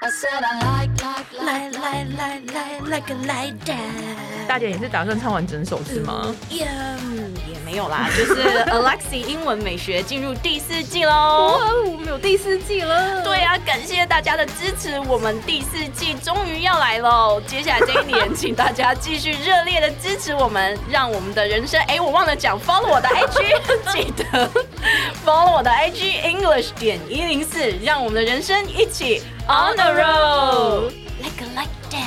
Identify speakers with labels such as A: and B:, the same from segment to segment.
A: I said I like, like, like,
B: 来来来来个来的，
C: 大姐，你是打算唱完整首是吗？
D: 也没有啦，就是 Alexi 英文美学进入第四季喽。
B: 我们有第四季了。
D: 对啊，感谢大家的支持，我们第四季终于要来喽！接下来这一年，请大家继续热烈的支持我们，让我们的人生……哎，我忘了讲，follow 我 的 IG，记得 follow 我的 IG English 点一零四，让我们的人生一起 on the road。
B: like a like that。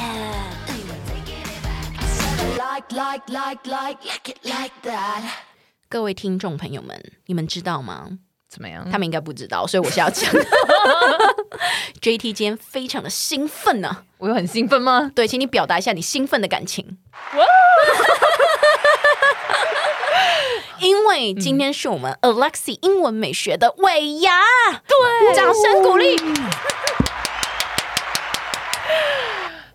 A: I said I like, like, like, like, like it like that.
D: 各位听众朋友们，你们知道吗？
C: 怎么样？
D: 他们应该不知道，所以我是要讲。JT 今天非常的兴奋呢、
C: 我有很兴奋吗？
D: 对，请你表达一下你兴奋的感情。 因为今天是我们
C: 嗯
D: Alexi 英文美学的尾牙，对，掌声鼓励。
C: 哦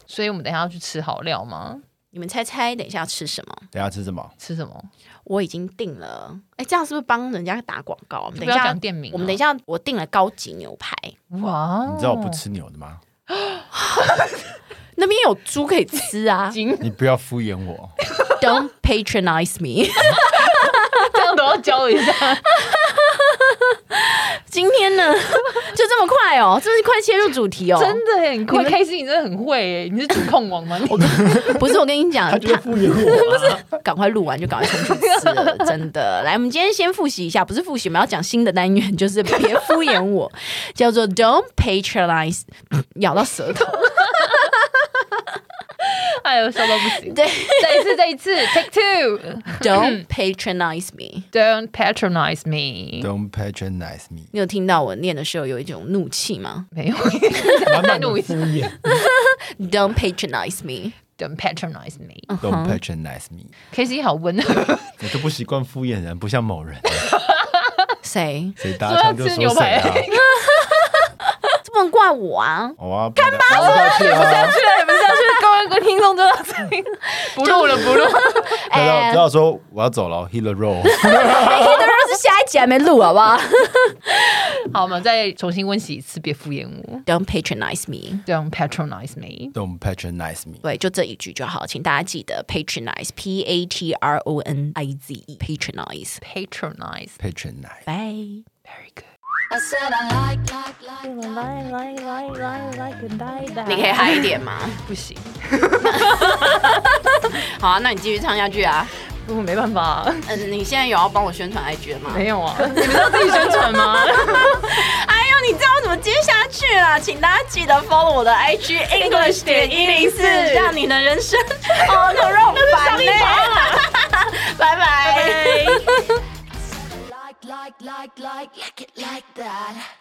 C: 所以我们等一下要去吃好料吗？
D: 你们猜猜，等一下吃什么？
E: 等一下吃什么？
C: 吃什么？
D: 我已经定了。哎，这样是不是帮人家打广告？我
C: 不
D: 们等
C: 要
D: 一下
C: 讲店名啊
D: 我们等一下，我定了高级牛排，
C: 哇，哦
E: 你知道我不吃牛的吗？
D: 那边有猪可以吃 啊。
E: 你不要敷衍我。
D: Don't patronize me。
C: 这样都要教一下。
D: 今天呢， 就这么快哦，真是快切入主题 哦。
C: 真的耶，你快
D: 你们
C: 开心，你真的很会耶！你是主控王吗？我
D: 不是我跟你讲，
E: 他就是敷衍我、啊。
D: 赶快录完就赶快冲去吃了，真的。来，我们今天先复习一下，不是复习，我们要讲新的单元，就是别敷衍我， 叫做 Don't patronize，咬嗯到舌头。
C: 哎呦，笑到不行。
D: 对
C: 再一次，再一次，Take two。
D: ，Don't patronize me。
C: Don't patronize me。
E: Don't patronize me，
D: 你有听到我念的时候有一种怒气吗
C: 没有。
E: 满满的敷衍。
D: ？Don't patronize me。
C: Don't patronize me。
E: Don't patronize me，
C: K C 好温 和，
E: 我就不习惯敷衍人，不像某人，
D: 谁？
E: 谁搭腔就说谁啊
C: 说要吃。
D: 这不能怪我啊！
E: 好啊，干嘛？不要去啊！
C: 居然也不是要去各位各位听众就到这里，不录了不录了。
E: 不要不要说我要走了，hit the road。
D: 哎，黑的肉是下一集还没录，好不好
C: 好，我们再重新温习一次，别敷衍我。
D: ？Don't patronize me。
C: Don't patronize me。
E: Don't patronize me，
D: 对，就这一句就好，请大家记得 patronize，p a t r o n i z e，patronize。
C: Patronize。
E: patronize。
D: 拜。
C: Very good。
A: I said I like, like, like, like.
B: 来来来来来个来的。
D: 你可以嗨一点吗？
C: 不行，
D: 好啊，那你继续唱下去啊。
C: 我没办 法，
D: 嗯，你现在有要帮我宣传 IG 了吗？
C: 没有啊。你们要自己宣传吗？
D: 哎呦，你知道我怎么接下去啦？请大家记得 follow 我的 IG English 点一零四，让你的人生 on the road 版呢。 拜拜。
A: Like, like, like, like, like it like that.